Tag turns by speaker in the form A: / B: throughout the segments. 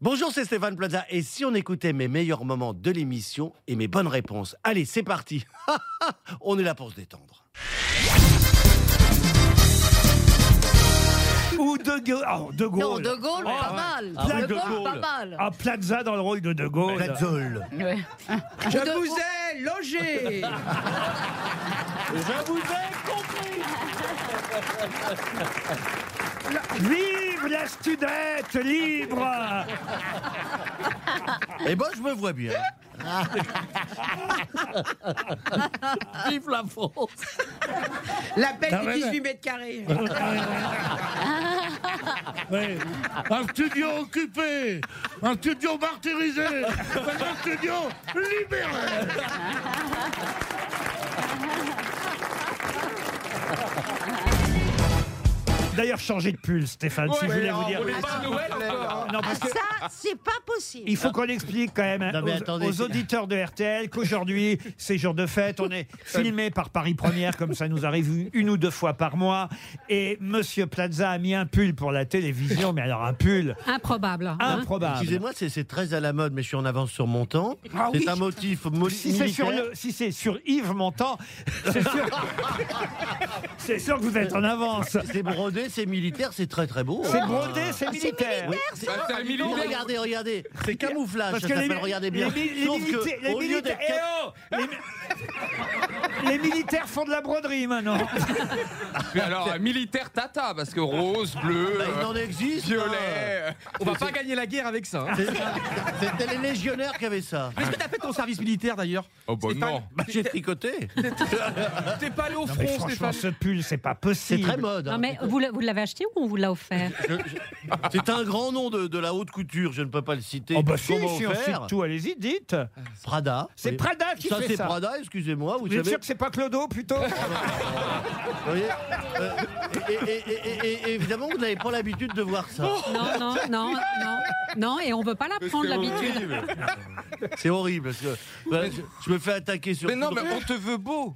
A: Bonjour, c'est Stéphane Plaza. Et si on écoutait mes meilleurs moments de l'émission et mes bonnes réponses Allez, c'est parti. on est là pour se détendre.
B: Ou De Gaulle. Ah, de Gaulle.
C: Non, De Gaulle,
B: Ah,
C: pas mal.
B: Ah oui,
C: de
B: De
C: Gaulle, pas
B: Gaulle.
C: mal.
B: Ah, Plaza dans le rôle de De Gaulle.
A: Platzol.
C: Ouais.
D: Je
C: Ou de-
D: vous ai logé
B: Je vous ai compris. La- Vive la studette libre
A: Et bon, Eh ben, je me vois bien.
B: Ah,
E: Vive la France
D: La belle
B: Non,
D: de
B: mais-
D: 18 mètres carrés
F: Oui. Un studio occupé, un studio martyrisé, un studio libéré.
B: D'ailleurs, changez de pull, Stéphane, si je voulais vous dire. Non, parce que
C: Ça, c'est pas possible.
B: il faut qu'on explique quand même hein,
A: Non, mais
B: aux,
A: attendez,
B: aux
A: c'est-
B: auditeurs de RTL qu'aujourd'hui, c'est jour de fête. On est filmé par Paris Première, comme ça nous arrive une- une ou deux fois par mois. Et Monsieur Plaza a mis un pull pour la télévision, mais alors un pull
G: Improbable. hein.
B: improbable.
A: Ah, Excusez-moi, c'est- c'est très à la mode, mais je suis en avance sur mon temps. c'est un motif mo-
B: Ah Si c'est sur,
A: militaire.
B: le- si c'est sur Yves Montand, c'est sûr, c'est sûr que vous êtes en avance.
A: C'est brodé, c'est militaire, c'est très très beau. hein.
B: C'est brodé, Ah, c'est militaire.
A: C'est-
E: Bah, c'est un
A: Non,
E: militaire.
A: regardez, regardez, c'est camouflage.
B: Parce
A: ça
B: que les,
A: s'appelle, regardez bien.
B: les- les
A: Sauf que,
B: militaires- les
A: au lieu
B: militaires-
A: d'être
B: eh oh Les mi- les militaires font de la broderie maintenant.
E: Mais alors, euh, militaire tata, parce que rose, bleu,
A: Bah, il
E: euh,
A: en existe. hein.
E: violet... On va pas gagner la guerre avec ça hein.
A: C'est- C'était les légionnaires qui avaient ça. Ah,
D: Est-ce que t'as fait ton service militaire d'ailleurs
E: Oh bah
D: Stéphane,
E: non
A: Bah, J'ai tricoté.
D: T'es pas allé au
B: Mais
D: front,
B: franchement,
D: Stéphane
B: ce pull, c'est pas possible.
A: C'est très mode.
G: Non,
A: hein.
G: mais vous l'a- vous l'avez acheté ou on vous l'a offert
A: C'est un grand nom de, de la haute couture, je ne peux pas le citer.
B: Oh bah si,
A: Comment
B: si, on
A: faire
B: cite tout, allez-y, dites.
A: Prada.
B: C'est
A: Oui.
B: Prada qui
A: ça,
B: fait
A: c'est
B: ça.
A: Prada, excusez-moi, vous
B: Vous êtes
A: savez.
B: sûr que c'est pas Clodo, plutôt
A: vous voyez, euh, et, et- et- et- et- évidemment, vous n'avez pas l'habitude de voir ça.
B: Oh.
G: Non, non, non, non. Non, et on veut pas la prendre l'habitude.
A: C'est horrible parce que voilà, je, je me fais attaquer sur.
E: Mais non, mais on te veut beau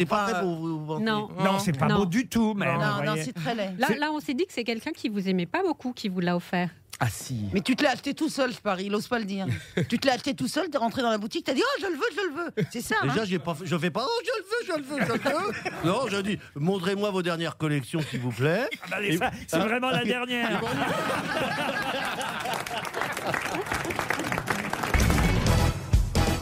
A: c'est pas très beau. Vous, vous mentez.
G: Non.
B: Non, c'est pas
G: Non.
B: beau du tout, même.
C: Non,
B: vous
C: non,
B: voyez.
C: c'est très laid.
G: Là, là, on s'est dit que c'est quelqu'un qui vous aimait pas beaucoup qui vous l'a offert.
E: Ah si
C: Mais tu te l'as acheté tout seul, ce pari, il ose pas le dire. tu te l'as acheté tout seul, t'es rentré dans la boutique, t'as dit Oh, je le veux, je le veux. C'est ça. hein.
A: Déjà, j'ai pas, fait- je fais pas. Oh, je le veux, je le veux, je le veux. Non, je dis, montrez-moi vos dernières collections, s'il vous plaît.
B: Allez, ça, c'est vraiment la dernière.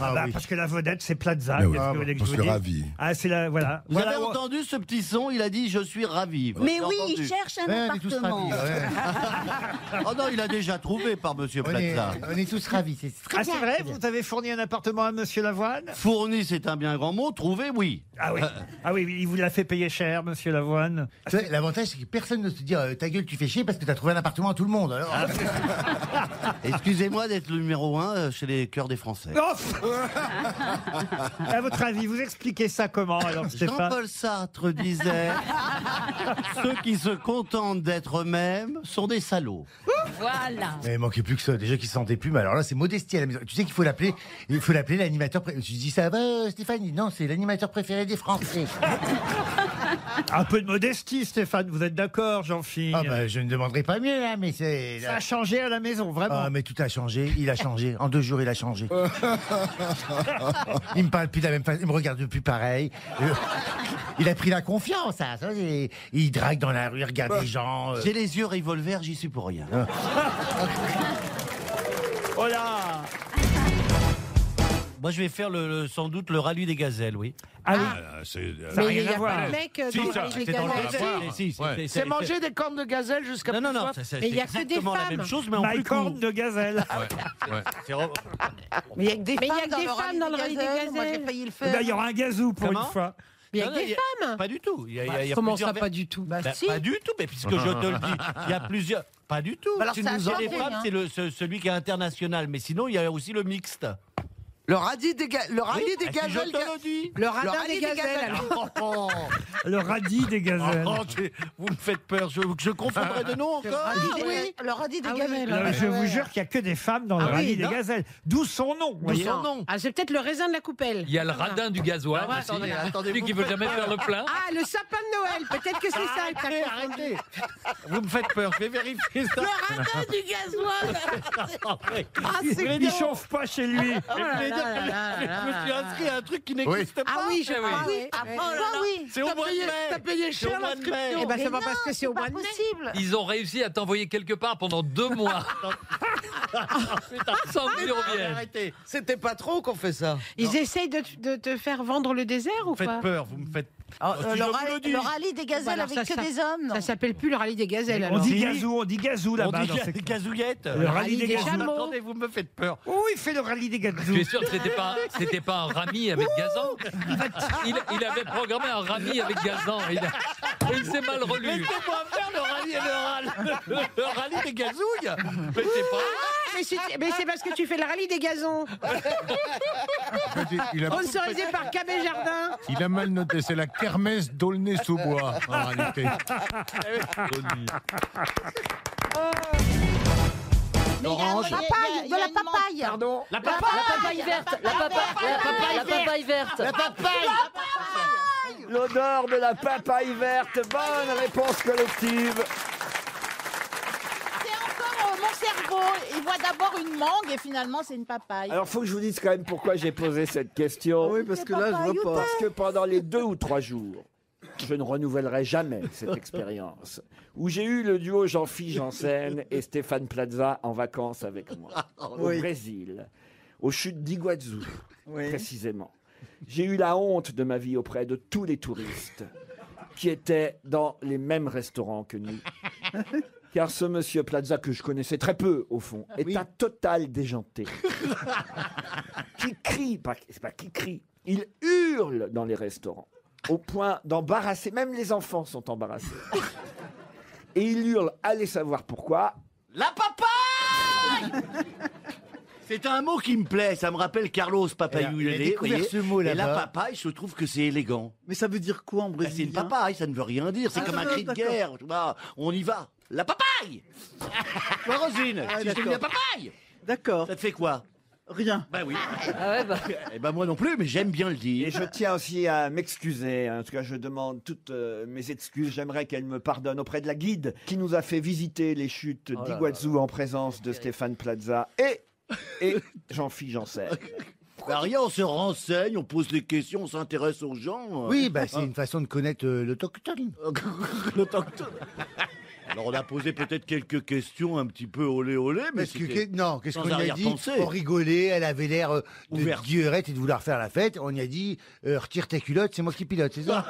A: Ah
B: Bah,
A: oui.
B: Parce que la vedette, c'est Plaza.
H: Mais oui.
B: Qu'est-ce que
H: Ah,
B: vous voulez que
H: on
B: je
H: se
B: vous dise
H: ravit.
B: Ah, c'est la. Voilà.
A: Vous
B: Voilà,
A: avez
B: on-
A: entendu ce petit son Il a dit, je suis ravi. Vous
I: Mais
A: avez
I: oui, il
A: entendu
I: cherche un
H: Ouais, on est tous
I: appartement.
H: ravis, ouais.
A: Oh non, il a déjà trouvé par Monsieur
H: on, est,
A: Plaza.
H: on est tous ravis. C'est
B: Ah, c'est vrai, vous avez fourni un appartement à Monsieur Lavoine
A: Fourni, c'est un bien grand mot. Trouvé, oui.
B: Ah oui. Ah oui, il vous l'a fait payer cher, Monsieur Lavoine.
H: Tu sais, L'avantage, c'est que personne ne se dit euh, ta gueule, tu fais chier parce que t'as trouvé un appartement à tout le monde. Alors,
A: Excusez-moi d'être le numéro un euh, chez les cœurs des Français.
B: Oh à votre avis, vous expliquez ça comment alors, Stéphane
A: Jean-Paul Sartre disait Ceux qui se contentent d'être eux-mêmes sont des salauds.
C: Voilà.
H: mais il manquait plus que ça. Déjà qu'ils se sentaient plus, mais alors là, c'est modestie à la maison. Tu sais qu'il faut l'appeler, il faut l'appeler l'animateur. Pré... Tu dis ça va, euh, Stéphane Il dit, Non, c'est l'animateur préféré des Français.
B: Un peu de modestie, Stéphane, vous êtes d'accord, Jean-Philippe
H: ah bah, je ne demanderai pas mieux là, mais c'est.
B: Ça a changé à la maison, vraiment.
H: Ah, mais tout a changé. Il a changé. En deux jours, il a changé. il me parle plus de la même façon. Il me regarde plus pareil. Euh, Il a pris la confiance. hein, Ça, ça, c'est- il drague dans la rue, il regarde les gens. euh.
A: J'ai les yeux revolver, j'y suis pour rien.
B: Oh là
A: Moi, je vais faire le, le- sans doute le rallye des gazelles, oui.
B: Ah oui, ça n'a
I: Mais il
B: rien
I: y
B: à
I: a
B: voir.
I: pas de mec euh, dans les gazelles.
A: Si, si, si, si.
D: des cornes de gazelle jusqu'à
A: Non, non, non, ça- ça-
I: Mais
A: c'est
I: il y a que des
A: exactement la
I: femmes. Bah,
A: même chose, mais en plus
B: My
A: court.
B: corne de gazelle.
A: C'est re-
C: Mais il y a que des
I: Mais il y a
C: femmes
I: que
C: dans
I: des
C: le
I: femmes dans le rallye
C: rallye des
I: des
C: gazelles. Moi, j'ai
I: gazelles.
C: failli le faire.
B: Là, Eh ben, il y aura un gazou pour
A: Comment
B: une fois.
I: Mais il y a
A: Non,
I: que
A: non,
I: des femmes.
A: Pas du tout. Il y a- il y a- il y a
I: Bah, Comment
A: plusieurs
I: ça,
A: ver-
I: pas du tout
J: Ah,
C: Bah,
A: Bah,
C: si.
A: Pas du tout, mais puisque je te le dis, il y a plusieurs. Pas du tout.
C: Bah alors,
A: Si
C: ça a
A: nous en les
C: changé,
A: femmes,
C: hein.
A: c'est le- ce- celui qui est international. Mais sinon, il y a aussi le mixte. bah,
K: Le radis des, ga- le radis des gazelles. ga-
L: Le radin des
K: radis
L: gazelles.
K: Oh,
B: Le radis des gazelles.
M: Oh, tu- vous me faites peur, je, je confondrai de nom encore.
N: Ah oui, le radis des gamelles.
C: Ah
B: Là, je vous jure qu'il n'y a que des femmes dans le
J: Ah oui,
B: radis des
J: non
B: gazelles. D'où son nom. vous voyez.
J: Ah, c'est peut-être le raisin de la coupelle.
O: Il y a le radin du gasoil
J: Ah ouais,
O: aussi.
J: attendez,
M: attendez,
O: Celui qui
M: vous
O: veut jamais
M: faites
O: faire le plein.
J: Ah, le sapin de Noël. Peut-être que c'est ça. que t'as confondu.
M: Vous me faites peur, je vais vérifier ça.
J: Le radin du gasoil. Ah,
B: Il
J: c'est
B: il
J: bien.
B: n'y chauffe pas chez lui.
A: Ah,
J: Oh là
M: Mais non,
J: là là là
M: Je me
J: là
M: suis
J: là.
M: inscrit à un truc qui
J: Oui.
M: n'existe pas.
J: Ah oui, je- ah oui. Ah,
N: oh là là.
M: C'est au
J: T'as
M: mois de
J: payé-
M: mai.
J: T'as payé
M: C'est au mois
J: cher
M: de mai.
J: l'inscription. Eh ben,
N: Mais
J: c'est pas
N: non,
J: parce que c'est au mois de mai.
N: possible.
O: Ils ont réussi à t'envoyer quelque part pendant deux mois. Sans que tu reviennes.
K: C'était pas trop qu'on fait ça.
J: Ils essayent de, de te faire vendre le désert ou
M: Vous me
J: pas
M: faites peur, vous me faites. Oh,
K: Ah,
M: Si
K: euh,
M: je
K: le
M: vous
K: ra-
M: le dis.
N: Le rallye des
J: Bah
N: gazelles
J: alors,
N: avec
J: ça
N: que
J: s'app-
N: des hommes.
J: Ça s'appelle plus le rallye des gazelles.
B: On
J: alors.
B: dit gazou, on dit gazou
M: On
B: là-bas.
M: dit
B: dans
M: ga-
B: ces-
M: gazouillette. Ah,
B: Le rallye des gazous.
J: chameaux.
M: Attendez, vous me faites peur.
B: Oh, il fait le rallye des gazous.
O: Tu es sûr que c'était pas, un- c'était pas un rami avec gazan il, il avait programmé un rami avec gazan. Il, a- il s'est mal relu.
M: Laissez-moi faire le rallye, le rallye, le rallye des gazouilles. Mais c'est pas.
J: Ah, Mais c'est- Mais c'est parce que tu fais le rallye des gazons.
P: Il a,
J: Sponsorisé par KB Jardin.
P: il a mal noté, c'est la kermesse d'Aulnay-sous-Bois, en réalité.
C: Orange.
N: La papaye, de la papaye. Pardon.
C: La papaye, la papaye verte, la papaye, la papaye, la papaye verte. La papaye.
E: L'odeur de la papaye verte. Bonne réponse collective.
C: C'est encore euh, mon cerveau. Il voit d'abord une mangue et finalement c'est une papaye.
E: Alors, faut que je vous dise quand même pourquoi j'ai posé cette question. Oui, parce
C: que là, je vois pas.
E: Parce que pendant les deux ou trois jours, je ne renouvellerai jamais cette expérience où j'ai eu le duo Jean-Philippe Janssen et Stéphane Plaza en vacances avec moi au
Q: Oui.
E: Brésil, aux chutes d'Iguazu, précisément. J'ai eu la honte de ma vie auprès de tous les touristes qui étaient dans les mêmes restaurants que nous. Car ce monsieur Plaza, que je connaissais très peu au fond, est un total déjanté qui crie, pas, c'est pas qui crie, il hurle dans les restaurants, au point d'embarrasser, même les enfants sont embarrassés. Et il hurle, allez savoir pourquoi.
M: La papaye C'est un mot qui me plaît, ça me rappelle Carlos Papayou.
H: Il a- il a découvert ce mot,
M: Et la
H: là-bas.
M: papaye, je trouve que c'est élégant.
Q: Mais ça veut dire quoi en
M: Bah, c'est
Q: brésilien
M: une papaye, ça ne veut rien dire, c'est
Q: Ah,
M: comme un
Q: d'accord,
M: cri de
Q: d'accord.
M: guerre. tu vois, on y va. La papaye Ma Rosine,
Q: Ah,
M: si je te dis
Q: d'accord.
M: la papaye
Q: D'accord.
M: Ça te fait quoi
Q: Rien.
M: Bah oui.
E: Eh ben moi non plus, mais j'aime bien le dire. Et je tiens aussi à m'excuser. hein. En tout cas, je demande toutes euh, mes excuses. J'aimerais qu'elle me pardonne auprès de la guide qui nous a fait visiter les chutes
Q: Oh là là
E: d'Iguazu en présence de Stéphane Plaza et, et Jean-Philippe Janssen.
M: Bah rien, on se renseigne, on pose des questions, on s'intéresse aux gens.
H: Oui, bah, c'est une façon de connaître euh, l'autochtone.
M: L'autochtone. Alors on a posé peut-être quelques questions un petit peu olé olé, mais
H: Parce que, que- non, qu'est-ce
M: sans
H: qu'on lui a dit
M: arrière-pensée.
H: On rigolait, elle avait l'air euh, de
M: Ouverte.
H: diurette et de vouloir faire la fête. On lui a dit euh, retire tes culottes, c'est moi qui pilote, c'est ça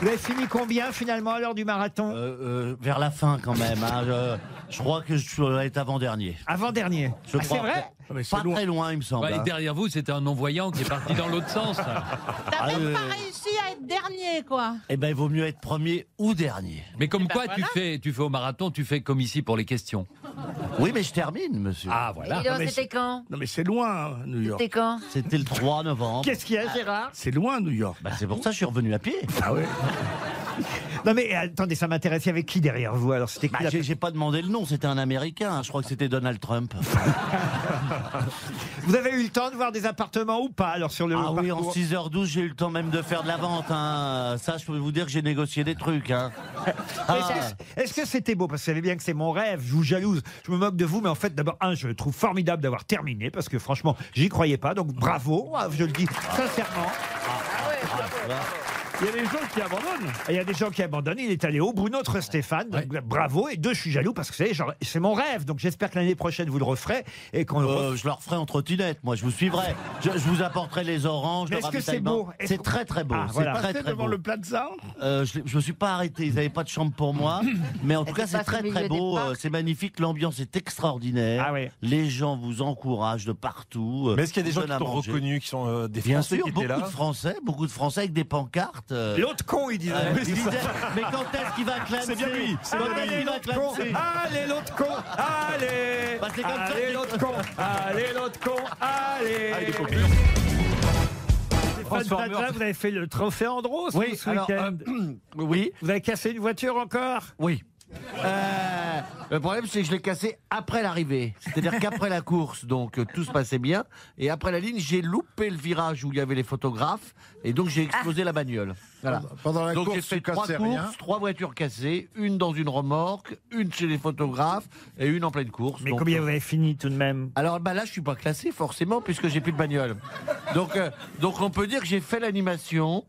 B: Vous avez fini combien finalement à l'heure du marathon
A: Euh, vers la fin quand même. hein. Je, je crois que je dois être avant-dernier.
B: Avant-dernier.
A: Je
B: Ah, c'est Bah,
A: crois.
B: vrai
A: Pas très loin, il me semble.
O: Ouais, et
A: hein.
O: derrière vous, c'était un non-voyant qui est parti dans l'autre sens.
A: Ah, euh,
C: Pas réussi à être dernier quoi.
A: eh ben, il vaut mieux être premier ou dernier.
O: Mais comme
C: ben
O: quoi,
C: voilà.
O: tu, fais, tu fais au marathon, tu fais comme ici pour les questions.
A: Oui, mais je termine, monsieur.
O: Ah,
A: voilà.
P: Non, mais
C: c'était quand
P: Non mais c'est loin, hein, New York.
C: C'était quand
A: C'était le 3 novembre.
B: Qu'est-ce qu'il y a, Gérard
P: C'est loin, New York.
A: Bah, c'est pour ça que je suis revenu à pied.
B: bah,
A: Ah ouais.
B: Non mais attendez, ça m'intéresse. Il y avait qui derrière vous Alors c'était qui la-
A: J'ai pas demandé le nom, c'était un Américain. hein. Je crois que c'était Donald Trump.
B: Vous avez eu le temps de voir des appartements ou pas Alors sur le
A: Ah oui, en
B: parcours
A: 6h12, j'ai eu le temps même de faire de la vente. hein. Ça, je peux vous dire que j'ai négocié des trucs. hein. Ah.
B: Est-ce que- Est-ce que c'était beau Parce que vous savez bien que c'est mon rêve, je vous jalouse, je me moque de vous, mais en fait, d'abord, un, je le trouve formidable d'avoir terminé, parce que franchement, j'y croyais pas, donc bravo, ah, je le dis sincèrement. Il y a des gens qui abandonnent. Il y a des gens qui abandonnent. Il est allé au bout, notre Stéphane. donc Bravo. Et deux, je suis jaloux parce que c'est, genre, c'est mon rêve. Donc j'espère que l'année prochaine, vous le referez. Et qu'on le
A: Euh, je leur ferai en trottinette, moi, je vous suivrai. Je, je vous apporterai les oranges,
B: Mais
A: le
B: est-ce que c'est
A: ravitaillement.
B: beau Est-ce
A: C'est
B: qu'on-
A: très très beau.
B: Ah,
A: c'est
B: voilà.
A: très,
B: Passer
A: très
B: devant
A: beau.
B: le
P: plaza
A: Euh, je, l'ai- je me suis pas arrêté, ils n'avaient pas de chambre pour moi. Mais en tout
P: Elle
A: cas,
P: était
A: c'est
P: pas au
A: très
P: milieu
A: très
P: des
A: beau.
P: parcs.
A: euh, C'est magnifique, l'ambiance est extraordinaire.
B: Ah
A: Les gens vous encouragent de partout. euh,
R: Mais est-ce qu'il y a des
A: on
R: gens
A: donne
R: qui
A: à
R: t'ont
A: manger.
R: reconnu, qui sont euh, des
A: Bien
R: Français
A: sûr,
R: qui
A: beaucoup
R: étaient là
A: de Français, beaucoup de Français avec des pancartes. carte. euh,
B: L'autre con, il disait.
A: euh,
B: Ah Oui, c'est
A: disait,
B: ça.
A: mais quand est-ce qu'il va clamser
B: C'est bien lui, c'est
A: Quand
B: bien
A: est-ce
B: lui.
A: qu'il va
B: Allez, l'autre con.
A: clamser
B: Allez, l'autre con. Allez.
A: Bah, c'est comme ça
B: allez,
A: que-
B: l'autre con. Allez, l'autre con. Allez. Stéphane
A: Transformers.
B: Plaza, vous avez fait le trophée Andros
O: Oui,
B: vous, ce
O: alors,
B: week-end.
O: oui.
B: Vous avez cassé une voiture encore
O: Oui.
A: Euh,
O: le problème, c'est que je l'ai cassé après l'arrivée.
A: C'est-à-dire qu'après la course, donc euh, tout se passait bien. Et après la ligne, j'ai loupé le virage où il y avait les photographes. Et donc j'ai explosé la bagnole. Voilà.
S: Pendant la
A: donc,
S: course,
A: j'ai fait
S: tu
A: trois
S: cassais
A: courses,
S: rien.
H: Hein
A: trois voitures cassées, une dans une remorque, une chez les photographes et une en pleine course.
B: Mais
A: Donc,
B: combien
A: euh,
B: vous avez fini tout de même
A: Alors bah là, je suis pas classé forcément puisque j'ai plus de bagnole. Donc, euh, donc on peut dire que j'ai fait l'animation.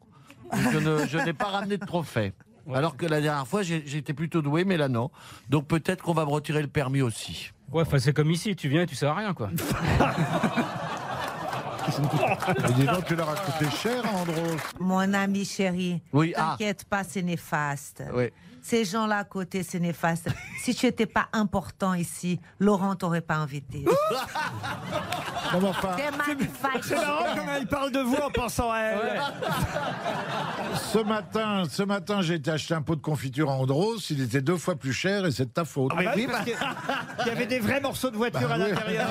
A: Je ne- je n'ai pas ramené de trophée. Alors que la dernière fois, j'ai- j'étais plutôt doué, mais là non. Donc peut-être qu'on va me retirer le permis aussi.
T: Ouais, enfin, c'est comme ici, tu viens et tu sers à rien, quoi.
S: Dis donc, tu leur as coûté cher, Andros.
C: Mon ami chéri,
S: Oui, ah.
C: t'inquiète pas, c'est néfaste.
S: Oui.
C: Ces gens-là à côté, c'est néfaste. si tu n'étais pas important ici, Laurent t'aurait pas invité. T'es magnifique.
B: C'est marrant comment elle parle de vous en pensant à elle.
S: Ce matin, ce matin, j'ai été acheter un pot de confiture à Andros. Il était deux fois plus cher et c'est de ta faute.
B: Ah bah oui, parce que- Il y avait des vrais morceaux de voiture
S: Bah
B: à
S: oui.
B: l'intérieur.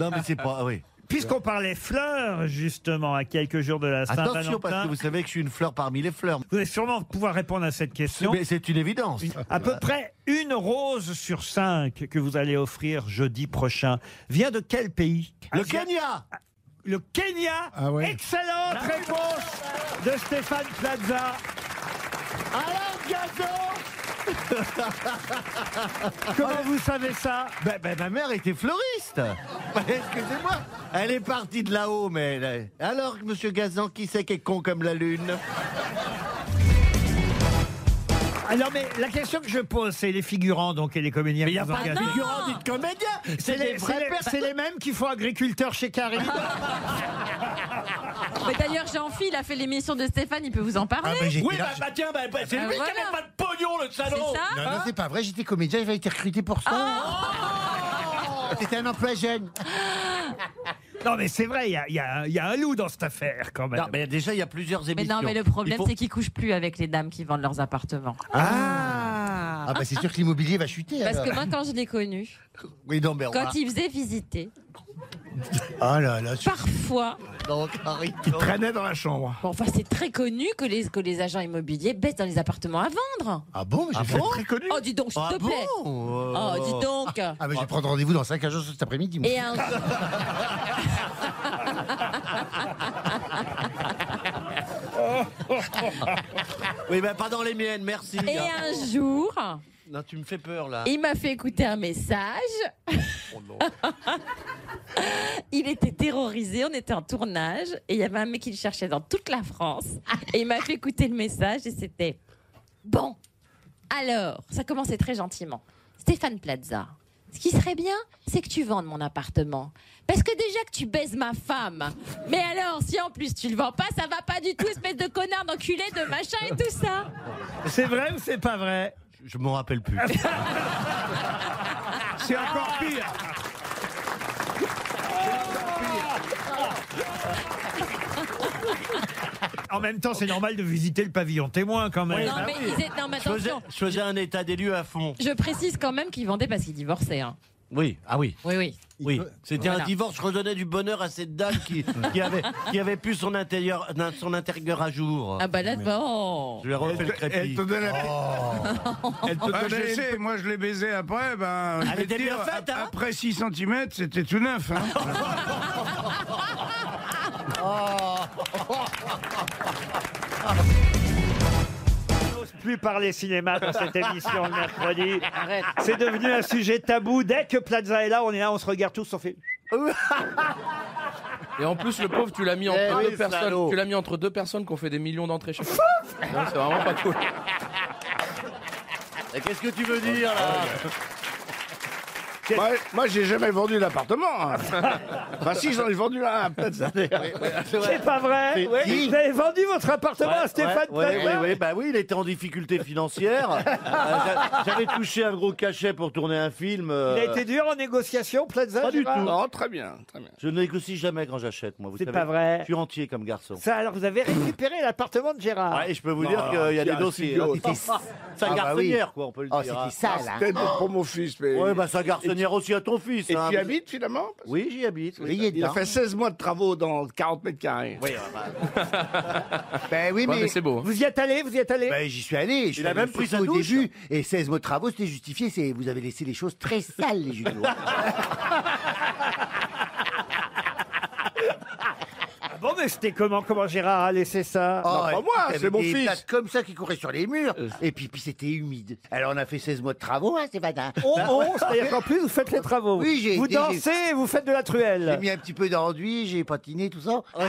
A: Non, mais c'est pas. Oui.
B: Puisqu'on parlait fleurs, justement, à quelques jours de la Saint-Valentin.
A: Attention, parce que vous savez que je suis une fleur parmi les fleurs.
B: Vous allez sûrement pouvoir répondre à cette question.
A: Mais c'est une évidence.
B: À peu près une rose sur cinq que vous allez offrir jeudi prochain vient de quel pays
A: Le Kenya Ah
B: Le Kenya Excellente réponse de Stéphane Plaza.
A: Alors,
B: Comment vous savez ça
A: ben, ben, Ma mère était fleuriste Excusez-moi Elle est partie de là-haut, mais... elle- Alors, monsieur Gazan, qui c'est qui est con comme la lune
B: Alors, mais la question que je pose, c'est les figurants donc, et les comédiens. Mais il
A: y a pas de figurants, dites comédiens
B: C'est
A: C'est
B: les,
A: des
B: c'est
A: vraies
B: les-
A: personnes.
B: c'est les mêmes qui font agriculteurs chez Carrie.
U: Mais d'ailleurs, Jean-Phil il a fait l'émission de Stéphane, il peut vous en parler.
H: Oui, bah, bah,
A: tiens,
U: c'est lui qui avait pas
A: de pognon, le
U: salaud. C'est ça
V: bah,
H: Non,
V: hein
H: non, c'est pas vrai, j'étais comédien, j'avais été recruté pour ça.
V: Ah
H: C'était un emploi jeune.
B: Non, mais c'est vrai, il y a- il y, a- il y a un loup dans cette affaire quand même.
A: Non, Ah, mais déjà, il Ah, y a plusieurs
U: Mais non, mais le problème, c'est qu'ils couchent plus avec les dames qui vendent leurs appartements.
H: Ah, bah c'est sûr que l'immobilier va chuter.
U: Parce
H: alors.
U: que moi, quand je l'ai connu,
H: Oui, non, mais on va-
U: quand ils faisaient visiter,
H: Ah là là, tu-
U: parfois,
H: Qui traînait dans la chambre.
U: bon, enfin, c'est très connu que les, que les agents immobiliers baissent dans les appartements à vendre.
H: Ah bon, mais j'ai fait très connu.
U: Oh, dis donc, s'il te plaît. oh, dis donc.
H: Ah, bah, je vais prendre rendez-vous dans 5 agences cet après-midi. moi.
U: Et un.
A: Oui, mais pas dans les miennes, merci
U: Et un jour,
A: Non, tu me fais peur, là
U: il m'a fait écouter un message. il était terrorisé, on était en tournage et il y avait un mec qui le cherchait dans toute la France. Et il m'a fait écouter le message et c'était Bon, alors, ça commençait très gentiment. Stéphane Plaza, ce qui serait bien, c'est que tu vendes mon appartement. Parce que déjà que tu baises ma femme. Mais alors, si en plus tu le vends pas, ça va pas du tout, espèce de connard d'enculé, de machin et tout ça.
B: C'est vrai ou c'est pas vrai
A: Je m'en rappelle plus.
B: Ah, C'est encore pire. En même temps, c'est normal de visiter le pavillon témoin quand même.
U: non, mais ils étaient- non, mais
A: bah Je faisais,
U: attention.
A: je faisais un état des lieux à fond.
U: Je précise quand même qu'ils vendaient parce qu'ils divorçaient. hein.
A: Oui, ah oui.
U: Oui, oui.
A: Oui, c'était
U: Voilà.
A: un divorce. Je redonnais du bonheur à cette dame qui, qui avait, qui avait plus son intérieur, son intérieur à jour.
U: Ah bah là, bon.
A: Je lui ai refait le crépi.
S: Elle te donne la
H: Oh.
S: Elle te
V: Ah,
S: donne
V: je
S: une-
V: sais, moi je l'ai baisé après, ben.
A: Elle
V: je vais
A: était
V: te
A: bien faite,
V: ap- Après 6 cm, c'était tout neuf, hein.
B: n'ose plus parler cinéma dans cette émission le mercredi. C'est devenu un sujet tabou. Dès que Plaza est là, on est là, on se regarde tous, on fait.
E: Et en plus, le pauvre, tu l'as mis
B: Eh
E: entre
B: oui,
E: deux personnes.
B: salaud.
E: Tu l'as mis entre deux personnes qui ont fait des millions d'entrées chaque fois. Non, C'est vraiment pas cool.
A: Qu'est-ce que tu veux dire là
W: Moi, moi, j'ai jamais vendu d'appartement. hein. enfin, si, j'en ai vendu un, peut-être. ça.
B: C'est pas vrai
W: Oui.
B: Vous avez vendu votre appartement
A: Ah,
B: à Stéphane
A: ouais, ouais,
B: Plaza
A: ouais, bah oui, il était en difficulté financière. Euh, j'a- J'avais touché un gros cachet pour tourner un film. euh,
B: Il a été dur en négociation, Plaza
A: Pas du tout.
B: Gérard
A: très bien, très bien. Je ne négocie jamais quand j'achète, moi. vous
B: C'est
A: savez.
B: pas vrai.
A: Je suis entier comme garçon.
B: Ça, alors, vous avez récupéré l'appartement de Gérard.
A: Ouais, et je peux vous dire qu'il y a des dossiers. hein. Sa garçonnière, quoi, on peut le
H: Oh,
A: dire. hein.
V: Ah,
W: Peut-être pour mon fils. Mais...
A: Ouais, bah sa garçonnière aussi à ton fils.
W: Et
A: hein.
W: tu y habites finalement
A: Oui, j'y habite. oui.
W: Il a fait 16 mois de travaux dans 40 mètres carrés.
A: Oui,
H: Ben
W: Ouais,
H: oui, mais,
W: mais c'est beau, hein.
B: Vous y êtes allé Vous y êtes allé
H: Ben j'y suis allé. Je
A: Il
H: suis
A: a
H: allé
A: même pris
H: surtout
A: sa
H: au
A: douche.
H: début. Et 16 mots de travaux, c'était justifié. C'est vous avez laissé les choses très sales, les jumeaux.
B: Ah Bon, mais c'était comment Comment Gérard a laissé ça
H: comme ça qui courait sur les murs. Et puis, puis c'était humide. Alors on a fait 16 mois de travaux, hein, c'est pas dingue.
A: Oh.
B: On, on, c'est-à-dire qu'en plus, vous faites les travaux.
H: Oui, j'ai
B: Vous
H: été- j'ai-
B: dansez et vous faites de la truelle.
H: J'ai mis un petit peu d'enduit, j'ai patiné, tout ça.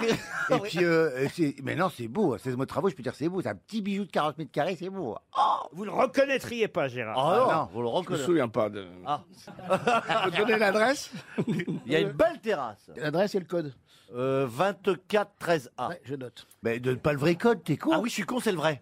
H: Et puis, euh, c'est- mais non, c'est beau. hein. 16 mois de travaux, je peux dire c'est beau. C'est un petit bijou de 40 mètres carrés, c'est beau. hein.
B: Vous le reconnaîtriez pas, Gérard.
H: Ah non,
A: vous le
W: Je me souviens pas de.
H: Ah.
A: Je
W: peux te donner l'adresse
A: Il y a une belle terrasse.
H: L'adresse et le code.
A: Euh, 24 13 A.
H: je note. Mais donne pas le vrai code, t'es con.
A: Ah oui, je suis con, c'est le vrai.